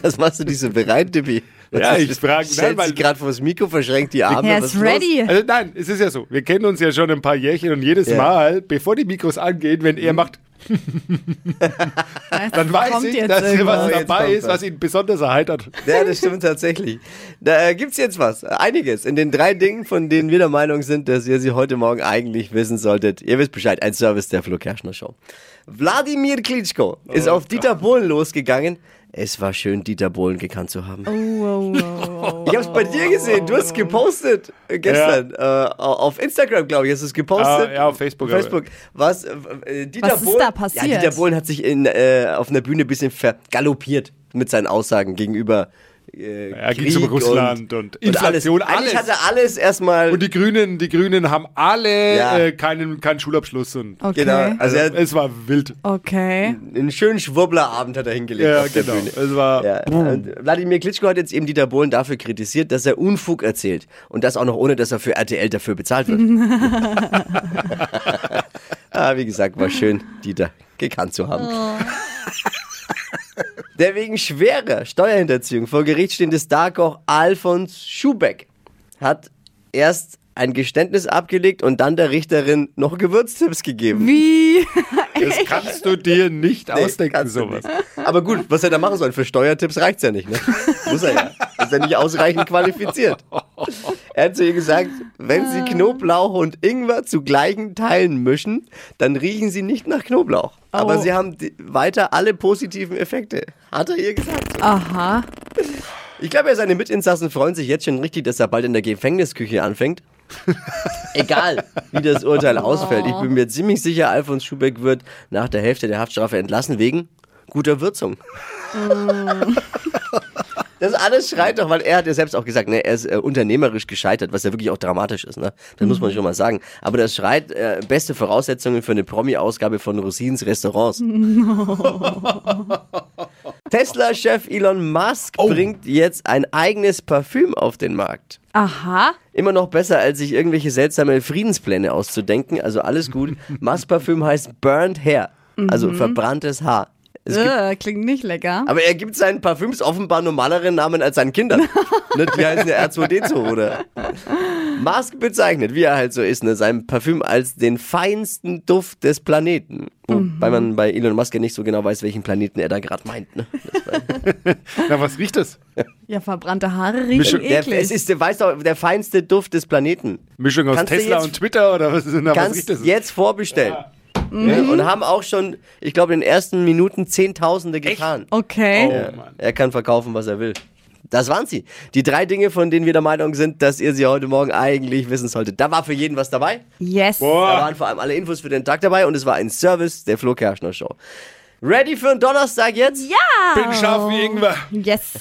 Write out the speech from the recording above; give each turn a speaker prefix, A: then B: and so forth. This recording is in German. A: Was machst du dich so bereit, Dippi? Was
B: Ja,
A: ist-
B: ich frage-
A: Stellt
B: nein, weil-
A: sich gerade vors Mikro, verschränkt die Arme.
C: Er
A: was
C: ist
A: los?
C: ready.
B: Also nein, es ist ja so, wir kennen uns ja schon ein paar Jährchen und jedes
A: Ja.
B: Mal, bevor die Mikros angehen, wenn er macht, dann weiß
C: Kommt
B: ich,
C: jetzt
B: dass hier
C: irgendwas.
B: was
A: Oh, jetzt
B: dabei
A: kommt
B: ist,
A: was.
B: was ihn besonders erheitert.
A: Ja, das stimmt tatsächlich. Da äh, gibt's jetzt was. Einiges. In den drei Dingen, von denen wir der Meinung sind, dass ihr sie heute Morgen eigentlich wissen solltet. Ihr wisst Bescheid. Ein Service der Flo Kerschner Show. Wladimir Klitschko
B: Oh
A: ist auf Dieter Bohlen losgegangen. Es war schön, Dieter Bohlen gekannt zu
C: Oh,
A: haben.
C: Wow, wow, wow.
A: Ich hab's bei dir gesehen. Du hast gepostet äh, gestern. Äh, auf Instagram, glaube ich, hast du es gepostet.
B: Ah, ja, auf Facebook, aber-
A: Facebook. Was, äh, äh, Dieter
C: Was ist
A: Bohlen,
C: da passiert?
A: Ja, Dieter Bohlen hat sich in, äh, auf einer Bühne ein bisschen vergaloppiert mit seinen Aussagen gegenüber. Äh,
B: Er ging
A: Krieg
B: zum Russland und Inflation,
A: alles. Eigentlich hat
B: alles.
A: er alles erstmal.
B: Und die Grünen, die Grünen haben alle
A: Ja.
B: äh, keinen, keinen Schulabschluss. Und
C: Okay.
A: Genau, also er hat
B: es war wild.
C: Okay.
A: einen schönen Schwurblerabend hat er hingelegt
B: Ja,
A: auf der
B: genau.
A: Bühne.
B: Es war
A: Ja, und Wladimir Klitschko hat jetzt eben Dieter Bohlen dafür kritisiert, dass er Unfug erzählt. Und das auch noch ohne, dass er für RTL dafür bezahlt wird. ah, wie gesagt, war schön, Dieter gekannt zu haben. Der wegen schwerer Steuerhinterziehung vor Gericht stehende Starkoch Alfons Schubeck hat erst ein Geständnis abgelegt und dann der Richterin noch Gewürztipps gegeben.
C: Wie?
B: Das kannst du dir nicht
A: Nee,
B: ausdenken,
A: kannst du
B: sowas.
A: nicht. Aber gut, was er da machen soll, für Steuertipps reicht's ja nicht. Ne? Muss er ja. Ist er nicht ausreichend qualifiziert. Er hat zu ihr gesagt, wenn Sie Knoblauch und Ingwer zu gleichen Teilen mischen, dann riechen Sie nicht nach Knoblauch. Aber
C: Oh.
A: Sie haben die, weiter alle positiven Effekte. Hat er ihr gesagt.
C: Aha.
A: Ich glaube, ja, seine Mitinsassen freuen sich jetzt schon richtig, dass er bald in der Gefängnisküche anfängt. Egal, wie das Urteil ausfällt. Ich bin mir ziemlich sicher, Alfons Schubeck wird nach der Hälfte der Haftstrafe entlassen wegen guter Würzung. Das alles schreit doch, weil er hat ja selbst auch gesagt, ne, er ist äh, unternehmerisch gescheitert, was ja wirklich auch dramatisch ist, ne? Das muss man schon mal sagen. Aber das schreit äh, beste Voraussetzungen für eine Promi-Ausgabe von Rosins Restaurants. Tesla-Chef Elon Musk bringt jetzt ein eigenes Parfüm auf den Markt.
C: Aha.
A: Immer noch besser, als sich irgendwelche seltsame Friedenspläne auszudenken. Also alles gut. Musk Parfüm heißt Burnt Hair, also verbranntes Haar. Es gibt,
C: Äh, klingt nicht lecker.
A: aber er gibt seinen Parfüms offenbar normaleren Namen als seinen Kindern. ne, die heißen ja R2D2 oder. Musk bezeichnet, wie er halt so ist, ne, sein Parfüm als den feinsten Duft des Planeten. Wobei man bei Elon Musk ja nicht so genau weiß, welchen Planeten er da gerade meint. Ne?
B: Na, was riecht das?
C: Ja, verbrannte Haare riechen
B: Mischung-
A: Der, es
C: eklig.
A: ist, der, weißt du, der feinste Duft des Planeten.
B: Mischung aus
A: Kannst du
B: Tesla
A: jetzt-
B: und Twitter oder was, na, was riecht
A: Kannst
B: das?
A: jetzt vorbestellen. Ne? Und haben auch schon, ich glaube, in den ersten Minuten Zehntausende getan.
C: Okay.
B: Oh, Mann.
A: Er kann verkaufen, was er will. Das waren sie. Die drei Dinge, von denen wir der Meinung sind, dass ihr sie heute Morgen eigentlich wissen solltet. Da war für jeden was dabei.
C: Yes.
B: Boah.
A: Da waren vor allem alle Infos für den Tag dabei und es war ein Service der Flo Kerschner Show. Ready für einen Donnerstag jetzt?
C: Ja.
B: Bin scharf wie irgendwer.
C: Yes.